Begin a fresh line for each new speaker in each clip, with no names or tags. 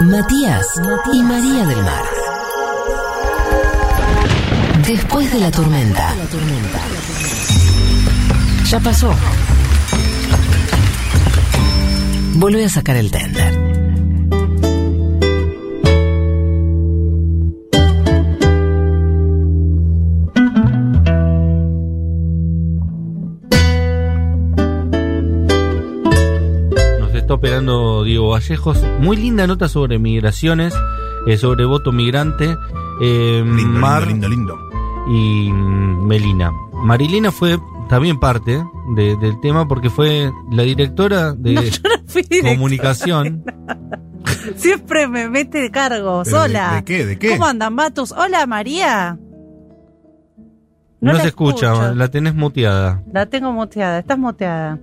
Matías y María del Mar. Después de la tormenta. Ya pasó. Volvé a sacar el tender.
Nos está operando Diego Vallejos. Muy linda nota sobre migraciones, eh, sobre voto migrante. eh,
Lindo,
Mar
lindo, lindo, lindo.
y mm, Melina. Marilina fue también parte de- del tema porque fue la directora de
Fui directora.
comunicación.
Siempre me mete de cargo,
Pero
sola.
¿De, de qué? ¿De qué?
¿Cómo andan, Matus? Hola, María.
No,
la
se escucha,
escucho. La...
la tenés muteada.
tengo muteada, estás muteada.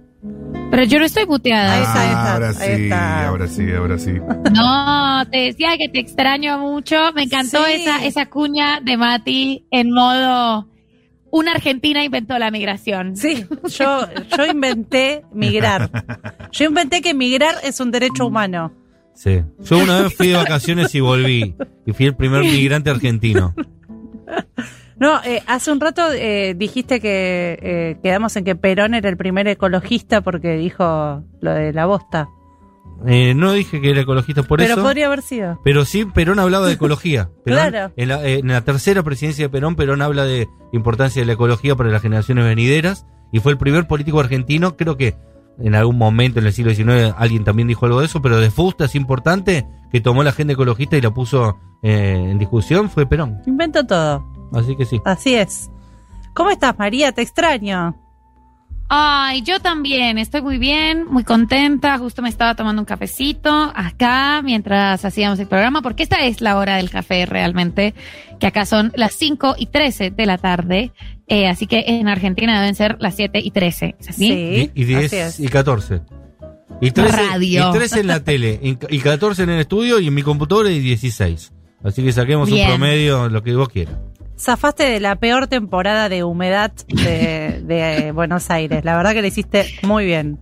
Pero yo no estoy
Ahí
muteada.
está, ahí está,
Ah, ahora
ahí
sí,
está.
ahora sí, ahora sí.
No, te decía que te extraño mucho. Me encantó
Sí.
esa, esa cuña de Mati en modo. Una Argentina inventó la migración.
Sí, yo, yo inventé migrar. Yo inventé que migrar es un derecho humano.
Sí. Yo una vez fui de vacaciones y volví. Y fui el primer migrante argentino.
No, eh, hace un rato eh, dijiste que eh, quedamos en que Perón era el primer ecologista porque dijo lo de la bosta.
Eh, no dije que era ecologista por
Pero
eso.
podría haber sido.
Pero sí, Perón hablaba de ecología. Perón,
Claro.
En la, eh, en la tercera presidencia de Perón, Perón habla de importancia de la ecología para las generaciones venideras y fue el primer político argentino, creo que en algún momento en el siglo XIX alguien también dijo algo de eso, pero de fusta es importante que tomó la agenda ecologista y la puso eh, en discusión, fue Perón.
Invento todo.
Así que sí.
Así es. ¿Cómo estás, María? Te extraño.
Ay, yo también. Estoy muy bien, muy contenta. Justo me estaba tomando un cafecito acá mientras hacíamos el programa, porque esta es la hora del café realmente, que acá son las 5 y 13 de la tarde. Eh, así que en Argentina deben ser las 7 y 13. ¿Es así?
Sí,
Y, y
así es.
10 y 14. Y 13,
Radio.
y 13 en la tele, y y 14 en el estudio y en mi computadora y 16. Así que saquemos
Bien.
un promedio, lo que vos quieras.
Zafaste de la peor temporada de humedad de, de eh, Buenos Aires. La verdad que lo hiciste muy bien.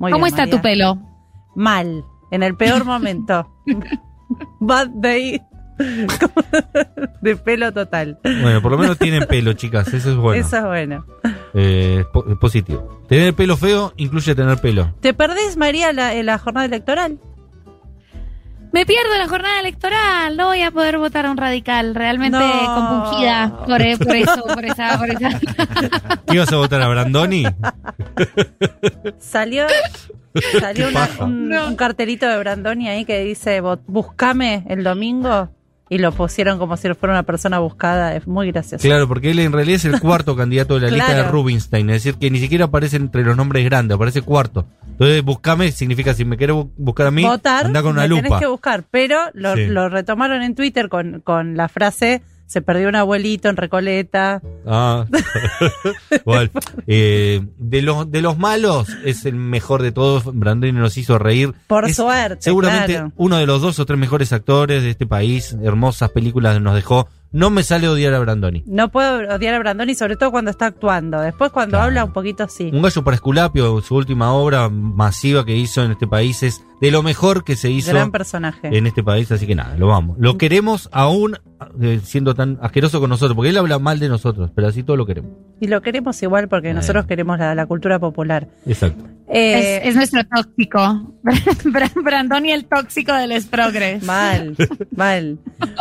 Muy
¿Cómo
bien,
está tu
María.
pelo?
Mal, en el peor momento. Bad day. de pelo total.
Bueno, por lo menos tienen pelo, chicas. Eso es bueno.
Eso es bueno.
Eh, po- eh, positivo. Tener pelo feo incluye tener pelo.
¿Te perdés, María, la, en la jornada electoral?
Me pierdo la jornada electoral, no voy a poder votar a un radical, realmente
No.
compungida por, eh, por eso, por esa, por esa.
¿Qué ibas a votar a Brandoni?
Salió, salió una-
paja.
un,
No.
un cartelito de Brandoni ahí que dice, "Vo- buscame el domingo. Y lo pusieron como si fuera una persona buscada. Es muy gracioso.
Claro, porque él en realidad es el cuarto candidato de la lista de
Claro.
Rubinstein. Es decir, que ni siquiera aparece entre los nombres grandes, aparece cuarto. Entonces, buscame significa si me querés bu- buscar a mí,
votar,
anda con una
me tenés
lupa.
que buscar. Pero lo,
Sí.
lo retomaron en Twitter con, con la frase, se perdió un abuelito en Recoleta.
Ah. Bueno, eh, de, los, de los malos, es el mejor de todos. Brandoni nos hizo reír.
Por
Es-
suerte,
Seguramente
claro.
uno de los dos o tres mejores actores de este país, hermosas películas nos dejó. No me sale odiar a Brandoni.
No puedo odiar a Brandoni, sobre todo cuando está actuando. Después cuando
Claro.
habla un poquito sí.
Un gallo para Esculapio, su última obra masiva que hizo en este país es de lo mejor que se hizo
Gran personaje.
en este país, así que nada, lo vamos. Lo queremos aún eh, siendo tan asqueroso con nosotros, porque él habla mal de nosotros, pero así todo lo queremos.
Y lo queremos igual porque
Eh.
nosotros queremos la, la cultura popular.
Exacto.
Eh,
Es, es nuestro tóxico. Bra- Brandon y el tóxico del Les Progress.
Mal, mal.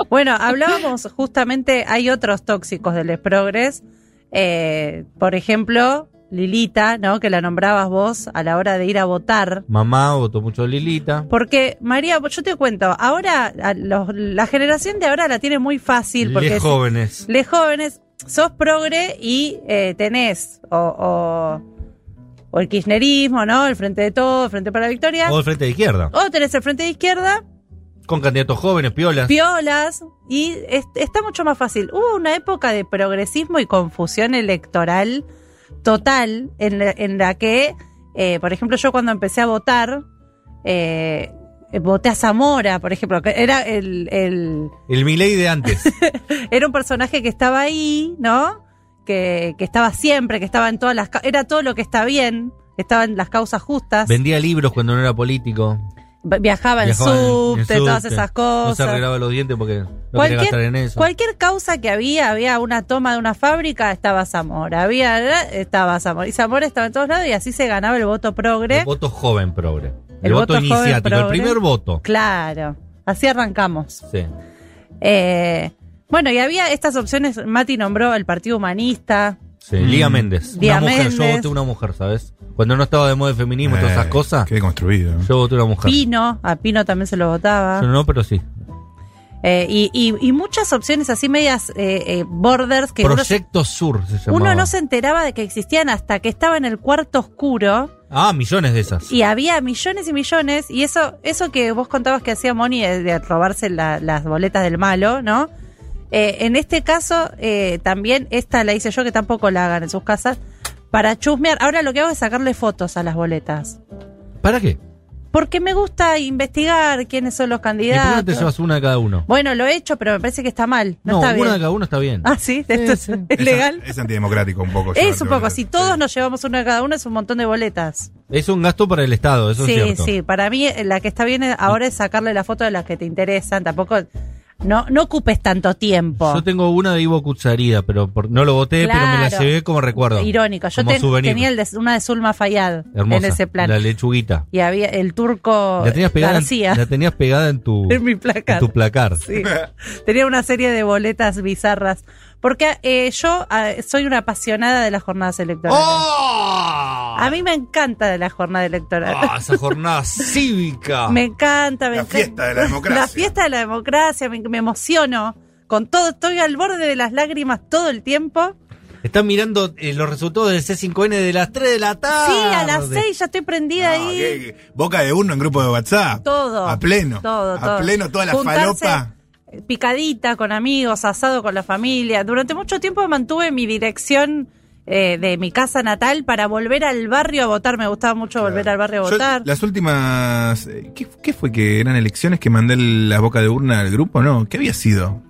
Bueno, hablábamos justamente, hay otros tóxicos del Desprogres. Eh, por ejemplo, Lilita, ¿no? Que la nombrabas vos a la hora de ir a votar.
Mamá votó mucho a Lilita.
Porque, María, yo te cuento, ahora a los- la generación de ahora la tiene muy fácil. Porque
Les
es-
jóvenes.
les jóvenes, sos progre y eh, tenés o, o- o el kirchnerismo, ¿no? El Frente de Todo, el Frente para la Victoria.
O del frente de izquierda.
O tenés el Frente de Izquierda
Con candidatos jóvenes, piolas.
piolas y es- está mucho más fácil. Hubo una época de progresismo y confusión electoral total en la, en la que, eh, por ejemplo, yo cuando empecé a votar, eh, voté a Zamora, por ejemplo, que era el, el-
El Milei de antes.
era un personaje que estaba ahí, ¿no? Que, que estaba siempre, que estaba en todas las... ca- Era todo lo que está bien, estaba en las causas justas.
Vendía libros cuando no era político.
va- viajaba
Viajaba
en
en- en
subte, todas
subte.
esas
No se
cosas.
arreglaba los dientes porque no quería gastar en
cualquier,
eso.
cualquier causa que había, había una toma de una fábrica, estaba Zamora, había estaba Zamora, y Zamora estaba en todos lados y así se ganaba el voto progre.
El voto joven progre. El,
El
voto,
voto joven
iniciático. El
progre.
primer voto.
Claro, así arrancamos.
Sí.
Eh, bueno, y había estas opciones, Mati nombró el Partido Humanista,
sí.
Mm.
Lía Méndez.
Lía
una mujer. Yo
Méndez.
voté una mujer, ¿sabes? Cuando no estaba de moda el feminismo y todas esas
Eh,
cosas,
Qué construido. ¿no?
yo voté una mujer.
Pino, a Pino también se lo votaba.
Yo no, pero sí.
Eh, y, y- y muchas opciones así medias eh, eh, borders que uno-
Proyecto Sur se
uno,
llamaba.
no se enteraba de que existían hasta que estaba en el cuarto oscuro
Ah, millones de esas.
y había millones y millones y eso eso que vos contabas que hacía Moni eh, de, robarse la- las boletas del malo, ¿no? Eh, en este caso eh, también esta la hice yo que tampoco la hagan en sus casas para chusmear. Ahora lo que hago es sacarle fotos a las boletas.
¿Para qué?
Porque me gusta investigar quiénes son los
¿Y por qué no te
candidatos.
llevas una de cada uno?
Bueno, lo he hecho, pero me parece que está mal. No,
No,
está
una
bien.
de cada uno está bien.
Ah, sí,
Sí,
esto es,
sí.
es legal.
Es, es antidemocrático un poco.
Es un poco, si
así
todos nos llevamos una de cada uno es un montón de boletas.
Es un gasto para el Estado, eso
sí,
es cierto.
sí, para mí eh, la que está bien ahora es sacarle la foto de las que te interesan, tampoco no no ocupes tanto tiempo.
Yo tengo una de Ivo Kutsarida, pero por- no lo voté, pero me la
Claro.
llevé como recuerdo.
Irónica, yo
como
ten-
souvenir.
tenía el de- una de Zulma Fayad
Hermosa,
en ese plan.
La lechuguita.
Y había el turco
La tenías pegada,
García
en, la tenías pegada en tu,
en mi placa.
en tu placar.
Sí. Tenía una serie de boletas bizarras. Porque eh, yo ah, soy una apasionada de las jornadas electorales.
¡Oh!
A mí me encanta de la jornada electoral.
Ah, esa jornada
Ah.
cívica.
Me encanta, me
La
encanta.
fiesta de la democracia.
La fiesta de la democracia, me, me emociono. Con todo, estoy al borde de las lágrimas todo el tiempo.
Están mirando eh, los resultados del C5N de las 3 de la tarde.
Sí, a las seis ya estoy prendida ahí.
Boca de uno en grupo de WhatsApp.
Todo.
A pleno.
Todo,
a
todo.
pleno, toda la
Juntarse- eh,
falopa.
Picadita con amigos, asado con la familia. Durante mucho tiempo mantuve mi dirección eh, de mi casa natal para volver al barrio a votar. Me gustaba mucho volver al barrio a
Yo,
votar.
las últimas. eh, ¿qué, qué fue que eran elecciones que mandé la boca de urna al grupo? No, ¿qué había sido?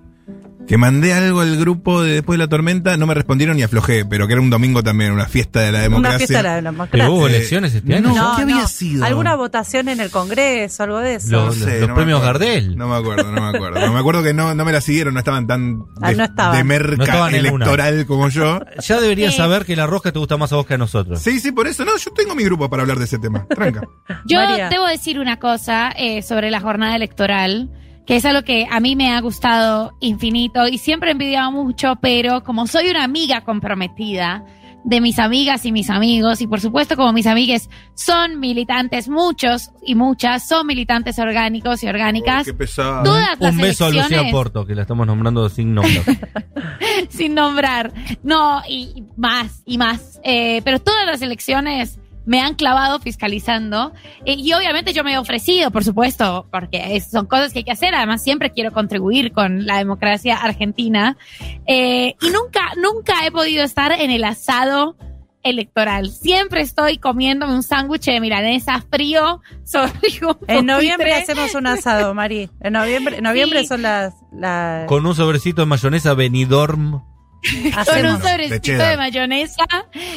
Que mandé algo al grupo de después de la tormenta, no me respondieron y aflojé, pero que era un domingo también, una fiesta de la democracia.
Una fiesta de
Pero
la democracia.
hubo
Eh,
elecciones este año.
no. ¿qué había sido?
¿Alguna votación en el Congreso, algo de eso?
Lo-
No sé,
Los
no me
premios
acuerdo.
Gardel.
No me acuerdo, no me acuerdo. No me acuerdo que no, no me la siguieron, no estaban tan
Ah,
de,
no estaban.
de
No
merca
estaban en una.
electoral como yo.
Ya deberías
Sí.
saber que la rosca te gusta más a vos que a nosotros.
Sí, sí, por eso. No, yo tengo mi grupo para hablar de ese tema. Tranca.
Yo
María.
debo decir una cosa eh, sobre la jornada electoral, que es algo que a mí me ha gustado infinito y siempre he envidiado mucho, pero como soy una amiga comprometida de mis amigas y mis amigos, y por supuesto como mis amigues son militantes, muchos y muchas son militantes orgánicos y orgánicas,
qué pesado.
todas las
Un beso a
elecciones-
Lucía Porto, que la estamos nombrando sin nombre.
sin nombrar. No, y y más, y más. Eh, pero todas las elecciones me han clavado fiscalizando. Eh, y obviamente yo me he ofrecido, por supuesto, porque es- son cosas que hay que hacer. Además, siempre quiero contribuir con la democracia argentina. Eh, y nunca, nunca he podido estar en el asado electoral. Siempre estoy comiéndome un sándwich de milanesa frío sobre un
En noviembre
pupitre.
hacemos un asado, Mari. En noviembre, en noviembre
Sí.
son las, las
Con un sobrecito de mayonesa Benidorm.
con
hacemos.
un
Hacemos. De
sobrecito
cheddar.
de mayonesa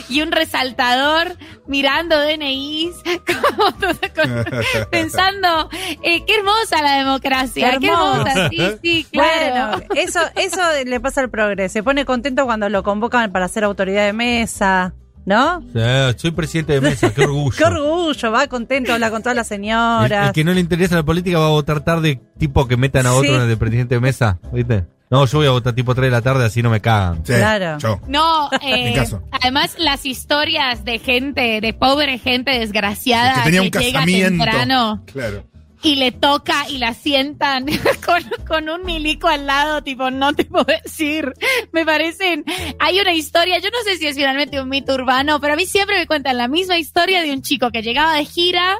y un resaltador mirando DNIs, como todo con- pensando, eh, qué hermosa la democracia,
Qué
qué hermosa, sí, sí, claro.
Bueno, eso, eso le pasa al progreso. Se pone contento cuando lo convocan para ser autoridad de mesa, ¿no?
Sí, soy presidente de mesa, qué orgullo.
Qué orgullo, va contento, habla con todas las
El, el
señoras.
que no le interesa la política va a votar tarde, tipo que metan a otro
Sí.
de presidente de mesa, ¿viste? No, yo voy a votar tipo 3 de la tarde, así no me cagan.
Sí,
Claro.
chau.
No, eh,
Ni caso.
además las historias de gente, de pobre gente desgraciada
que tenía un
llega
casamiento.
temprano
Claro.
y le toca y la sientan con, con un milico al lado, tipo, no te puedo decir. Me parecen. Hay una historia, yo no sé si es finalmente un mito urbano, pero a mí siempre me cuentan la misma historia de un chico que llegaba de gira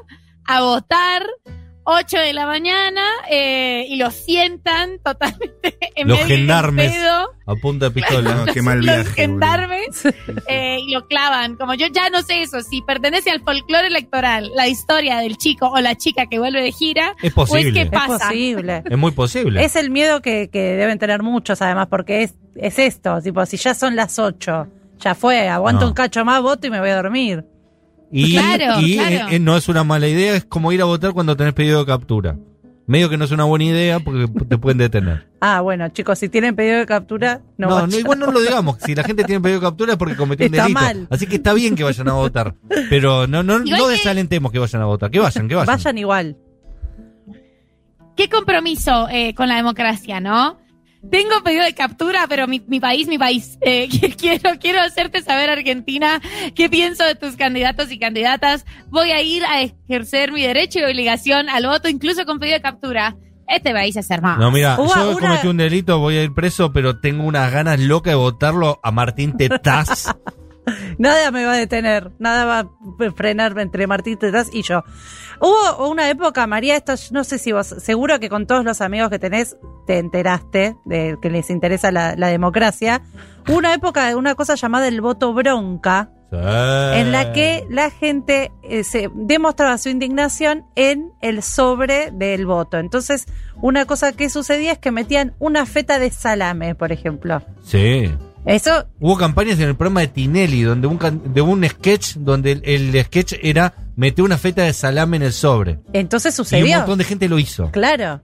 a votar. 8 de la mañana eh, y lo sientan totalmente en
Los
medio del
gendarmes.
pedo,
A punta de
No,
pistola.
qué mal
los
viaje. boludo.
gendarmes eh, y lo clavan. Como yo ya no sé eso, si pertenece al folclore electoral la historia del chico o la chica que vuelve de gira,
Es
o es
posible.
Pues que
Es,
Es
pasa.
posible.
muy posible.
Es el miedo que, que deben tener muchos, además, porque es, es esto, tipo, si ya son las ocho, ya fue, aguanto
No.
un cacho más, voto y me voy a dormir.
Y,
Claro,
y,
claro.
eh, eh, no es una mala idea, es como ir a votar cuando tenés pedido de captura. Medio que no es una buena idea porque te pueden detener.
Ah, bueno, chicos, si tienen pedido de captura, no,
No,
vayan.
no, igual no lo digamos. Si la gente tiene pedido de captura es porque cometió un
Está
delito.
mal.
Así que está bien que vayan a votar. Pero no, no,
Igual
no
que-
desalentemos que vayan a votar. Que vayan, que vayan.
Vayan igual.
¿Qué compromiso eh, con la democracia, no? Tengo pedido de captura, pero mi, mi país, mi país. Eh, que quiero, quiero hacerte saber, Argentina, qué pienso de tus candidatos y candidatas. Voy a ir a ejercer mi derecho y obligación al voto, incluso con pedido de captura. Este país es hermano.
No, mira,
Ah. Hubo
yo
una-
cometí un delito, voy a ir preso, pero tengo unas ganas locas de votarlo a Martín Tetaz.
Nada me va a detener, nada va a frenarme entre Martín Tetaz y yo. Hubo una época, María, esto yo no sé si vos, seguro que con todos los amigos que tenés te enteraste de que les interesa la, la democracia. Hubo una época de una cosa llamada el voto bronca, en la que la gente eh, se demostraba su indignación en el sobre del voto. Entonces, una cosa que sucedía es que metían una feta de salame, por ejemplo.
Sí.
Eso
Hubo campañas en el programa de Tinelli, donde un, can- de un sketch, donde el, el sketch era meter una feta de salame en el sobre.
entonces
Y un
sucedió.
montón de gente lo hizo.
Claro.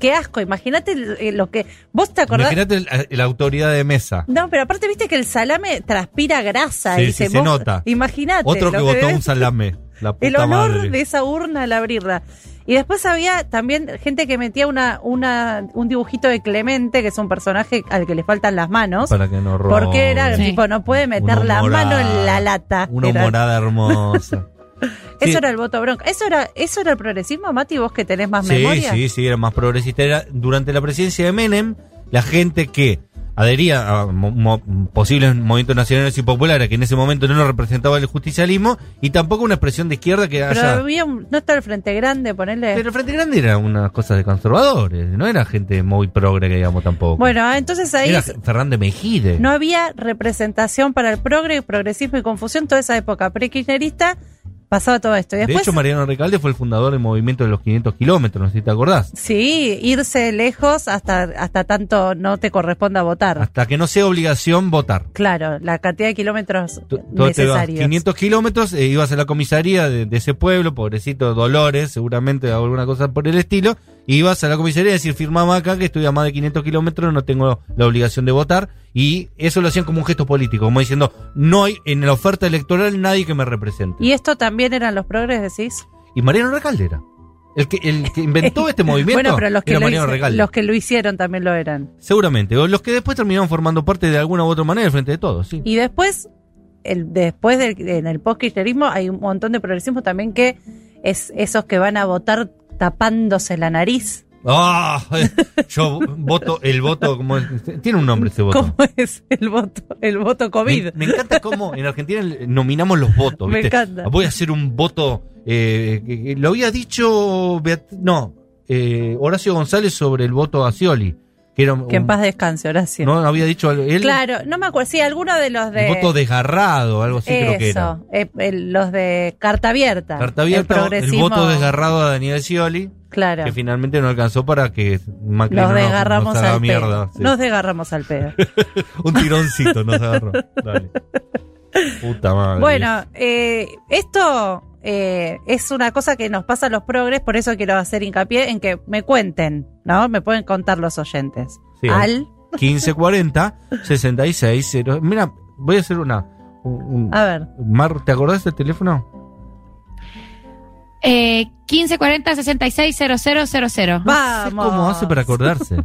Qué asco. Imagínate el- eh, lo que. ¿Vos te acordás?
Imagínate el- la autoridad de mesa.
No, pero aparte viste que el salame transpira grasa
Sí,
y
sí,
se,
se
moja.
nota.
Imagínate.
Otro que
lo
votó
ves.
un salame. La puta
El olor
madre.
de esa urna al abrirla. Y después había también gente que metía una, una, un dibujito de Clemente, que es un personaje al que le faltan las manos.
Para que no robe.
Porque era
Sí.
tipo, no puede meter
Una
la
humorada.
mano en la lata.
Una
Era-
morada hermosa.
Eso
Sí.
era el voto bronca. Eso era, eso era el progresismo, Mati, vos que tenés más
sí,
memoria.
Sí, sí, era más progresista. Era, durante la presidencia de Menem, la gente que adhería a mo- mo- posibles movimientos nacionales y populares, que en ese momento no lo representaba el justicialismo, y tampoco una expresión de izquierda que
Pero
haya...
había un- no está el frente grande, ponerle.
Pero el Frente Grande era una cosa de conservadores, no era gente muy progre, que digamos, tampoco.
Bueno, ah, entonces ahí
era
es-
Fernández Mejide.
no había representación para el progre, y progresismo y confusión. Toda esa época pre-kirchnerista pasaba todo esto. Y
de
después,
hecho, Mariano Recalde fue el fundador del movimiento de los 500 kilómetros, no sé si te acordás.
sí, irse lejos hasta, hasta tanto no te corresponda votar.
Hasta que no sea obligación votar.
Claro, la cantidad de kilómetros
Tú- tú te vas
Eh, necesarios.
500 kilómetros, eh, ibas a la comisaría de, de ese pueblo, pobrecito Dolores, seguramente alguna cosa por el estilo, y ibas a la comisaría a decir, firmaba acá que estoy a más de 500 kilómetros, no tengo la obligación de votar, y eso lo hacían como un gesto político, como diciendo, no hay en la oferta electoral nadie que me represente.
Y esto también eran los progres, decís.
Y Mariano Recalde era. El que, el que inventó este movimiento
bueno, pero los que,
era
lo
Mariano
hice-
Recalde.
los que lo hicieron también lo eran.
Seguramente, o los que después terminaron formando parte de alguna u otra manera del frente de todos, sí.
Y después, el, después del, en el post-kirchnerismo hay un montón de progresismo también que es esos que van a votar tapándose la nariz.
Ah, yo voto, el voto, como tiene un nombre ese voto.
¿Cómo es el voto, el voto COVID?
Me, me encanta cómo en Argentina le- nominamos los votos.
Me
¿viste?
encanta.
Voy a hacer un voto. eh, que- que lo había dicho. Beat- no, eh, Horacio González sobre el voto a Scioli. Que, era un-
que en paz descanse, Horacio.
No había dicho algo- él.
claro, no me acuerdo. Sí, alguno de los de.
El voto desgarrado, algo así creo que era.
eso, eh, el- los de carta abierta.
Carta abierta,
el,
el,
progresismo,
voto desgarrado a Daniel Scioli,
Claro.
que finalmente no alcanzó para que Macri no
Nos
nos-
desgarramos
nos haga
al
mierda.
pedo.
sí.
Nos desgarramos al pedo.
Un tironcito nos agarró. Dale. Puta madre.
Bueno, eh, esto eh, es una cosa que nos pasa a los progres, por eso quiero hacer hincapié en que me cuenten, ¿no? Me pueden contar los oyentes.
Sí.
Al,
1540 66 Mira, voy a hacer una. un- un-
a ver,
Mar, ¿te acordás del teléfono?
Eh, 1540 660000.
vamos.
¿Cómo hace para acordarse?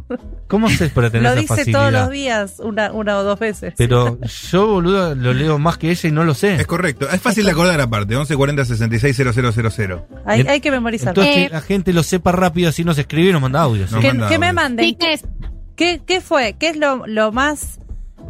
¿Cómo haces para tener
Lo
esa
dice
facilidad?
todos los días, una, una o dos veces.
Eh,
Pero yo, boludo, lo leo más que ella y no lo sé.
Es correcto. Es fácil de acordar aparte. 1140 66 0000.
hay,
en-
hay que memorizarlo.
Entonces
Eh.
que la gente lo sepa rápido, así nos escribe y nos manda audios.
No.
que,
manda
que me
audio.
manden. ¿Qué, qué fue? ¿Qué es lo, lo más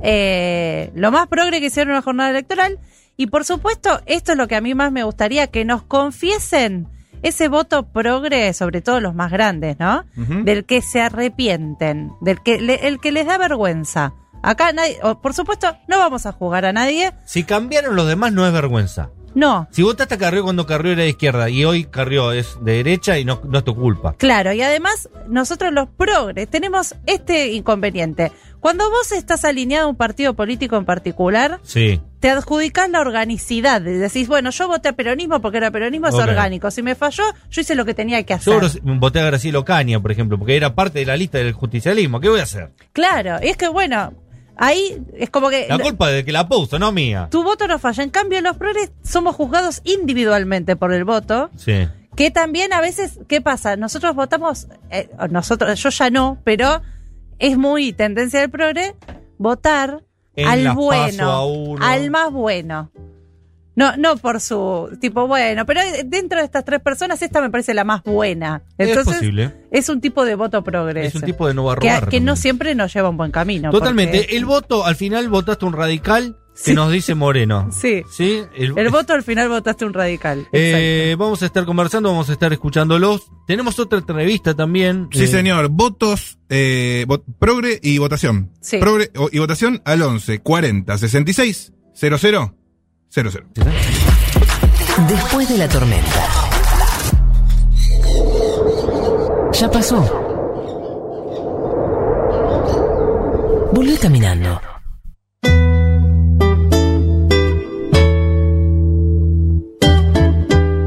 eh, lo más progre que hicieron en una jornada electoral? Y por supuesto, esto es lo que a mí más me gustaría, que nos confiesen ese voto progre, sobre todo los más grandes, ¿no?
Ujú.
Del que se arrepienten, del que le- el que les da vergüenza. Acá nadie, o, por supuesto, no vamos a jugar a nadie,
Si cambiaron los demás, no es vergüenza.
no.
Si votaste a Carrió cuando Carrió era de izquierda y hoy Carrió es de derecha y no, no es tu culpa.
Claro, y además nosotros los progres tenemos este inconveniente. Cuando vos estás alineado a un partido político en particular,
Sí.
te adjudicás la organicidad. Decís, bueno, yo voté a peronismo porque era peronismo, es
Ok.
orgánico. Si me falló, yo hice lo que tenía que hacer.
Yo bro- voté a Graciela Ocaña, por ejemplo, porque era parte de la lista del justicialismo. ¿Qué voy a hacer?
Claro, y es que bueno, ahí es como que
La culpa de que la puso, no mía.
tu voto no falla. En cambio, los progres somos juzgados individualmente por el voto.
Sí.
Que también a veces, ¿qué pasa? Nosotros votamos, eh, o nosotros, yo ya no, pero es muy tendencia del progre votar
En
al
las
bueno,
PASO a uno.
al más bueno. No, no por su tipo bueno, pero dentro de estas tres personas esta me parece la más buena.
es
Entonces
posible.
es un tipo de voto progreso.
Es un tipo de no
que,
barrobar.
que no
también.
siempre nos lleva a un buen camino.
Totalmente.
porque-
El voto, al final votaste un radical que
Sí.
nos dice Moreno.
Sí.
Sí.
El voto al final votaste un radical.
Eh, vamos a estar conversando, vamos a estar escuchándolos. Tenemos otra entrevista también.
Sí,
eh,
señor. Votos, eh, vot- progre y votación.
Sí.
Progre o- y votación al 11 40 66 00 00.
Después de la tormenta. Ya pasó. Volvió caminando.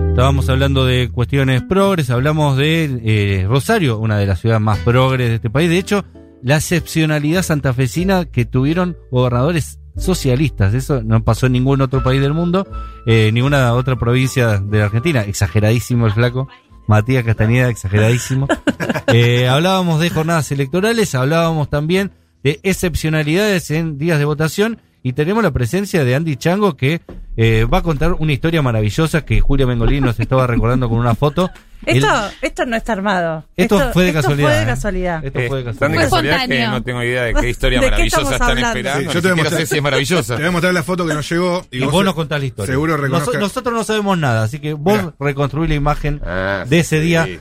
Estábamos hablando de cuestiones progres, hablamos de eh, Rosario, una de las ciudades más progres de este país. De hecho, la excepcionalidad santafesina que tuvieron gobernadores socialistas. Eso no pasó en ningún otro país del mundo, eh, ninguna otra provincia de la Argentina. Exageradísimo el flaco. Matías Castañeda, exageradísimo. Eh, hablábamos de jornadas electorales, hablábamos también de excepcionalidades en días de votación y tenemos la presencia de Andy Chango que eh, va a contar una historia maravillosa que Julia Bengolini nos estaba recordando con una foto.
Esto,
El-
esto no está armado.
esto, fue de casualidad.
Fue de
¿eh?
casualidad.
Esto
Eh,
fue de
Tan de
casualidad.
Fue
casualidad que
espontáneo.
no tengo idea de qué historia
¿De qué
maravillosa
estamos
están
hablando?
esperando.
Sí, yo
Yo
te voy a
no
mostrar-
sé si es
Te
maravillosa.
voy a mostrar la foto que nos llegó. eh,
Y vos nos contás la historia.
Seguro reconozcas-
Nos- nosotros no sabemos nada, así que vos
Mirá.
reconstruís la imagen
Ah,
de ese
sí,
día,
sí.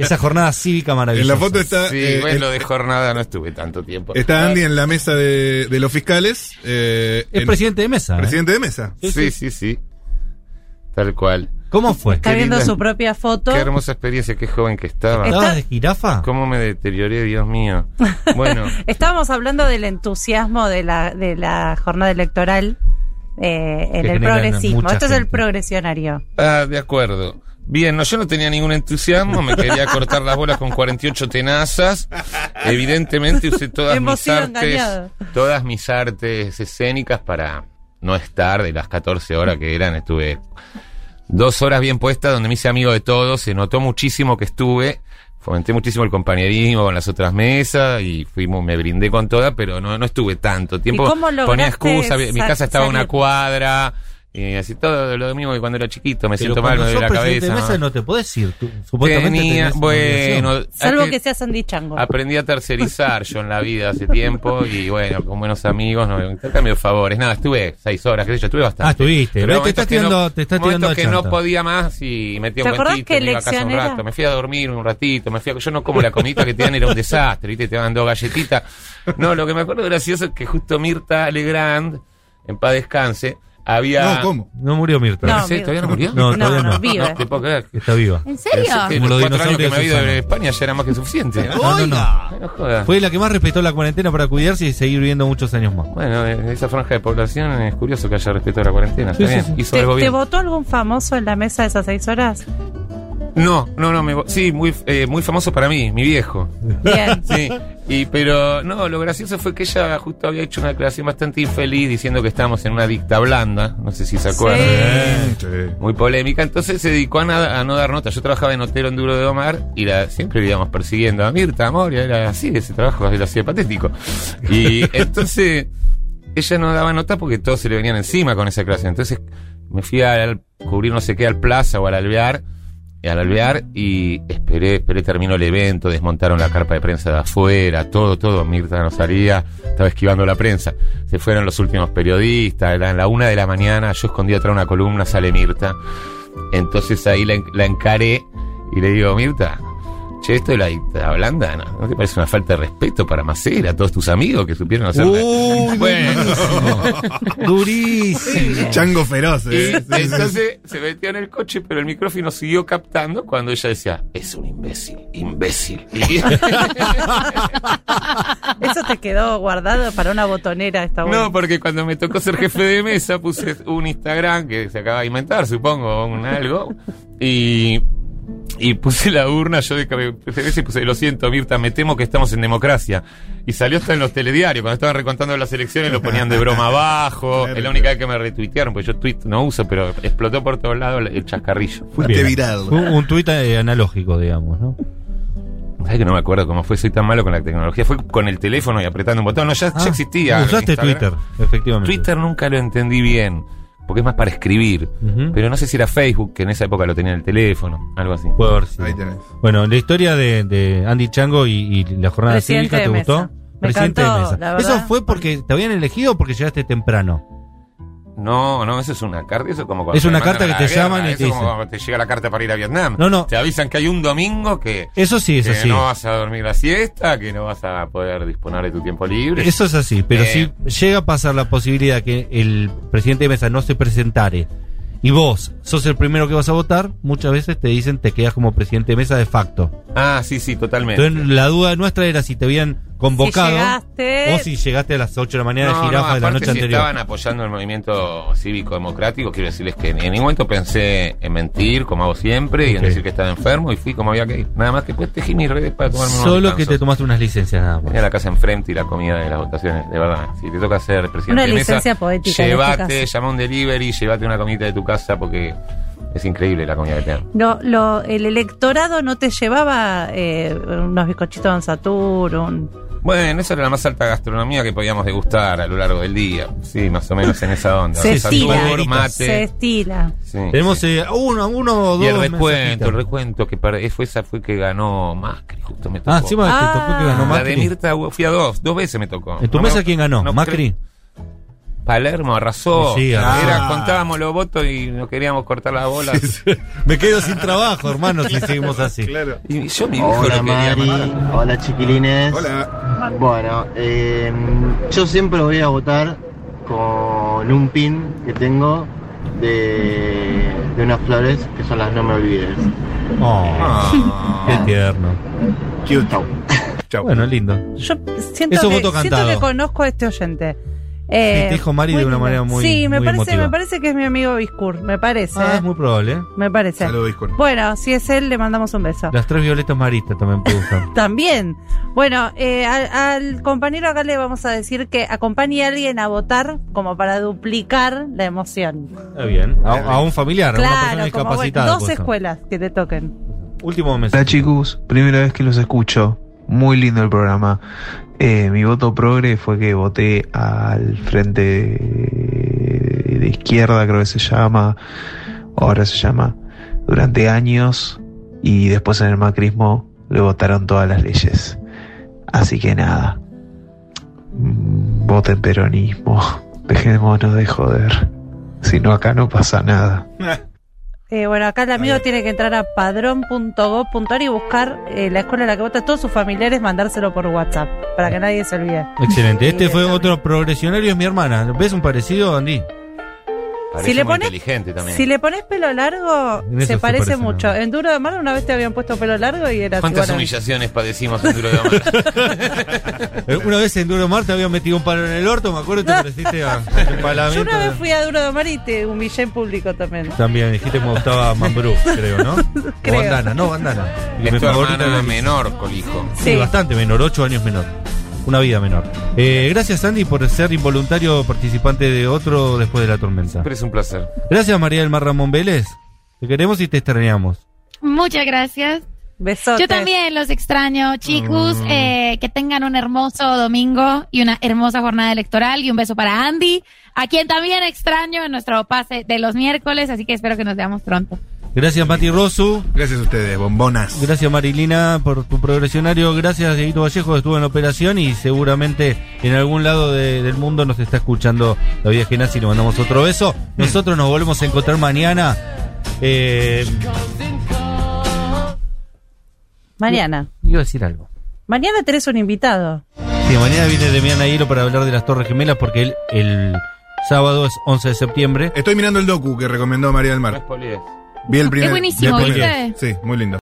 esa jornada cívica
En
maravillosa.
la foto está,
Sí,
eh,
bueno, de jornada no estuve tanto tiempo.
está Andy en la mesa de, de los fiscales. eh,
Es
en-
presidente de mesa. ¿eh?
presidente de mesa.
Sí, sí, sí. Tal cual.
¿Cómo fue?
Está
Qué
viendo
linda.
su propia foto.
Qué hermosa experiencia, qué joven que estaba.
¿Estabas de jirafa?
¿Cómo me deterioré, Dios mío? Bueno,
Estábamos hablando del entusiasmo de la, de la jornada electoral eh, en
Que
el
generan
progresismo.
mucha
Esto es el
gente.
progresionario.
ah, de acuerdo. Bien, no, yo no tenía ningún entusiasmo, me quería cortar las bolas con 48 tenazas. Evidentemente usé todas
Hemos
mis
sido
artes,
engañados.
todas mis artes escénicas para no estar de las 14 horas que eran, estuve dos horas bien puestas donde me hice amigo de todos, se notó muchísimo que estuve, fomenté muchísimo el compañerismo con las otras mesas y fuimos, me brindé con todas, pero no, no estuve tanto tiempo.
¿Y cómo
Ponía
lograste
excusa, mi mi
sa-
casa estaba a una
salir?
cuadra, y así todo lo mismo que cuando era chiquito, me
Pero
siento mal
cuando
de
sos
la
presidente
cabeza.
de mesa no te podés ir. tú, supuestamente
Tenía,
tenés una obligación.
bueno,
Salvo
hay
que, sea Sandy Chango.
Aprendí a tercerizar yo en la vida hace tiempo y bueno, con buenos amigos, no, intercambio de favores. Nada, estuve seis horas, qué sé yo, estuve bastante.
Ah, estuviste.
Pero
Te
momentos
estás
que no-
tirando- te estás
momentos
tirando a
que no
chanta.
podía más y metí
¿Te
un
acordás
cuentito,
que
me iba a casa un
leccionera?
rato. Me fui a dormir un ratito, me fui a... Yo no como la comidita que te dan, era un desastre, ¿viste? Te daban dos galletitas. No, lo que me acuerdo gracioso es que justo Mirta Legrand, en paz descanse, había...
No, ¿cómo?
No murió Mirta.
No.
¿En serio? ¿Todavía no murió?
No,
no,
todavía
no,
no. Ah,
vive.
te puedo creer.
Está viva.
¿En serio?
Pensé que
Como
los
los
cuatro años que
dinosaurios
me he
de
ido de
Susana.
España ya era más que suficiente. ¿no?
No, no, no.
No jodas.
Fue la que más respetó la cuarentena para cuidarse y seguir viviendo muchos años más.
Bueno, de esa franja de población es curioso que haya respeto a la cuarentena.
Sí,
Está bien,
sí, sí.
hizo
¿Te,
algo
te
bien.
votó algún famoso en la mesa de esas seis horas?
No, no, no. me vo- sí, muy, eh, muy famoso para mí, mi viejo.
Bien.
Sí, y, pero no, lo gracioso fue que ella justo había hecho una declaración bastante infeliz diciendo que estábamos en una dicta blanda. No sé si se acuerdan.
Eh, che.
Muy polémica, entonces se dedicó a, nada- a no dar nota. Yo trabajaba en Otero en Duro de Omar y la, siempre íbamos persiguiendo a Mirta Moria, era así, ese trabajo era así de patético. Y entonces ella no daba nota porque todos se le venían encima con esa clase. Entonces me fui a, al- cubrir no sé qué al plaza o al alvear, y al alvear y esperé, esperé, terminó el evento, desmontaron la carpa de prensa de afuera, todo, todo. Mirta no salía, estaba esquivando la prensa. Se fueron los últimos periodistas, eran la una de la mañana, yo escondí atrás de una columna, sale Mirta. Entonces ahí la, en- la encaré y le digo, Mirta, Che, esto de la dictadura blanda, ¿no? ¿No te parece una falta de respeto para Macera, a todos tus amigos que supieron hacer
Uh,
Uy,
Bueno.
Durísimo.
Chango feroz,
Y
¿eh? Sí, sí,
entonces se metió en el coche, pero el micrófono siguió captando cuando ella decía, es un imbécil, imbécil. Y-
Eso te quedó guardado para una botonera esta
no, porque cuando me tocó ser jefe de mesa puse un Instagram que se acaba de inventar, supongo, o un algo. Y, y puse la urna, yo de cabeza y puse, lo siento, Mirta, me temo que estamos en democracia. Y salió hasta en los telediarios, cuando estaban recontando las elecciones lo ponían de broma abajo. Es la única vez que me retuitearon, porque yo tweet no uso, pero explotó por todos lados el chascarrillo.
Fuiste
Bien.
viral.
Un, un tuit eh, analógico, digamos, ¿no?
¿Sabes que no me acuerdo cómo fue? Soy tan malo con la tecnología. Fue con el teléfono y apretando un botón. No, ya, ya
Ah,
existía.
Usaste
Instagram.
Twitter, efectivamente.
Twitter nunca lo entendí bien, porque es más para escribir.
Ujú.
Pero no sé si era Facebook, que en esa época lo tenía en el teléfono, algo así.
Puede haber sido.
Ahí tenés.
Bueno, la historia de, de Andy Chango y, y la jornada
Presidente
cívica, ¿te
de
gustó?
mesa. Me encantó, la verdad.
Eso fue porque te habían elegido o porque llegaste temprano.
No, no, eso es una carta. Eso es como cuando
Es
te
una
mandan
carta
a
que
la
te
guerra,
llaman y
eso
te
es como
dicen.
cuando te llega la carta para ir a Vietnam.
No, no.
Te avisan que hay un domingo que,
Eso sí es
que
así.
Eh, no vas a dormir la siesta, que no vas a poder disponer de tu tiempo libre.
Eso es así, pero
Eh.
si llega a pasar la posibilidad que el presidente de mesa no se presentare y vos sos el primero que vas a votar, muchas veces te dicen te quedas como presidente de mesa de facto.
Ah, sí, sí, totalmente.
Entonces la duda nuestra era si te habían convocado
Si llegaste.
o si llegaste a las 8 de la mañana
No,
de jirafa
no,
de la
aparte
noche
si
anterior.
estaban apoyando el movimiento cívico democrático, quiero decirles que en ningún momento pensé en mentir, como hago siempre, y en
Ok.
decir que estaba enfermo, y fui como había que ir. Nada más que después tejí mis redes para tomarme unos
Solo que te
descansos.
tomaste unas licencias nada más.
Tenía la casa enfrente y la comida de las votaciones, de verdad. Si te toca ser presidente
Una
de mesa,
licencia poética en este
llévate,
caso.
llama un delivery, llévate una comida de tu casa, porque es increíble la comida que te dan.
No, lo, el electorado no te llevaba eh, unos bizcochitos en Satur, un...
Bueno, esa era la más alta gastronomía que podíamos degustar a lo largo del día. Sí, más o menos en esa onda.
Se
Santur,
estira. se
mate.
estila.
Sí,
Tenemos
sí.
eh, uno, uno o dos.
Y el recuento,
mensajitos.
el recuento, que para- fue esa fue que ganó Macri, justo me tocó.
Ah, encima te
Ah.
tocó que ganó
La
Macri.
de Mirta, Hue- fui a dos, dos veces me tocó.
¿En tu
No me-
mesa quién ganó?
no
¿Macri?
creo- Palermo arrasó.
Sí, arrasó.
Era, contábamos los votos y nos queríamos cortar las bolas.
Me quedo sin trabajo, hermano, si seguimos así.
Claro.
Y yo mi viejo
Hola
lo quería
Mari,
matar.
hola chiquilines.
Hola.
Bueno, eh, yo siempre voy a votar con un pin que tengo de, de unas flores que son las no me olvides.
Ah.
Oh, qué tierno.
Cute. Chau.
Bueno, lindo.
Yo siento,
Eso
que,
voto
siento
cantado.
que conozco a este oyente. Eh,
Sí, te dijo Mari
muy
de una
lindo.
manera muy-
Sí, me
muy
parece,
emotiva.
me parece que es mi amigo Biscur, me parece.
Ah,
eh.
es muy probable, ¿eh?
Me parece.
Saludos, Discord.
Bueno, si es él, le mandamos un beso.
Las tres violetas maristas también puedo usar.
También. Bueno, eh, al, al compañero acá le vamos a decir que acompañe a alguien a votar como para duplicar la emoción.
Está bien. A, a un familiar, a una persona
Claro, como bueno,
discapacitada.
dos
puede ser.
escuelas que te toquen.
Último
Hola
mensaje.
chicos, primera vez que los escucho. Muy lindo el programa. Eh, mi voto progre fue que voté al frente de, de izquierda, creo que se llama, o ahora se llama, durante años y después en el macrismo le votaron todas las leyes. Así que nada, Mm, voten peronismo, dejémonos de joder, si no acá no pasa nada.
Eh, bueno, acá el amigo tiene que entrar a padrón.gov.ar y buscar eh, la escuela en la que vota todos sus familiares, mandárselo por WhatsApp, para que nadie se olvide.
Excelente. Este fue
Bien,
otro progresionario, es mi hermana. ¿Ves un parecido, Andy?
Parece
Si le
muy
pones-
inteligente también.
Si le pones pelo largo,
En eso
se,
se
parece,
parece,
mucho.
¿no?
En Duro de Mar una vez te habían puesto pelo largo y era
¿Cuántas
igual a mí.
humillaciones padecimos en Duro de Omar?
Eh, Una vez en Duro Mar te habían metido un palo en el orto, me acuerdo, te pareciste a a un
Yo una vez
palamento.
fui a Duro de Mar y te humillé en público también.
También dijiste que me gustaba Mambrú, creo, ¿no? O
Creo.
bandana, no, bandana. Y mi
es tu
favorita era
hermana
Lisa.
menor, colijo.
Sí, bastante menor, ocho años menor. Una vida menor. Eh, gracias, Andy, por ser involuntario participante de otro después de la tormenta.
Pero es un placer.
Gracias, María del Mar Ramón Vélez. Te queremos y te extrañamos.
Muchas gracias.
Besotes.
Yo también los extraño, chicos. Eh, que tengan un hermoso domingo y una hermosa jornada electoral. Y un beso para Andy, a quien también extraño en nuestro pase de los miércoles. Así que espero que nos veamos pronto.
Gracias, Mati Rosu.
Gracias a ustedes, bombonas.
Gracias, Marilina, por tu progresionario. Gracias, Dieguito Vallejo, que estuvo en operación y seguramente en algún lado de- del mundo nos está escuchando la vida nazi y le mandamos otro beso. Nosotros nos volvemos a encontrar mañana. Eh,
Mariana.
Iba a decir algo.
Mañana tenés un invitado.
Sí, mañana viene Demiana Hielo para hablar de las Torres Gemelas porque él el sábado es 11 de septiembre.
Estoy mirando el docu que recomendó María del Mar.
Más polidez.
Vi el primer.
buenísimo,
vi el primer-
¿viste?
Sí, muy lindo.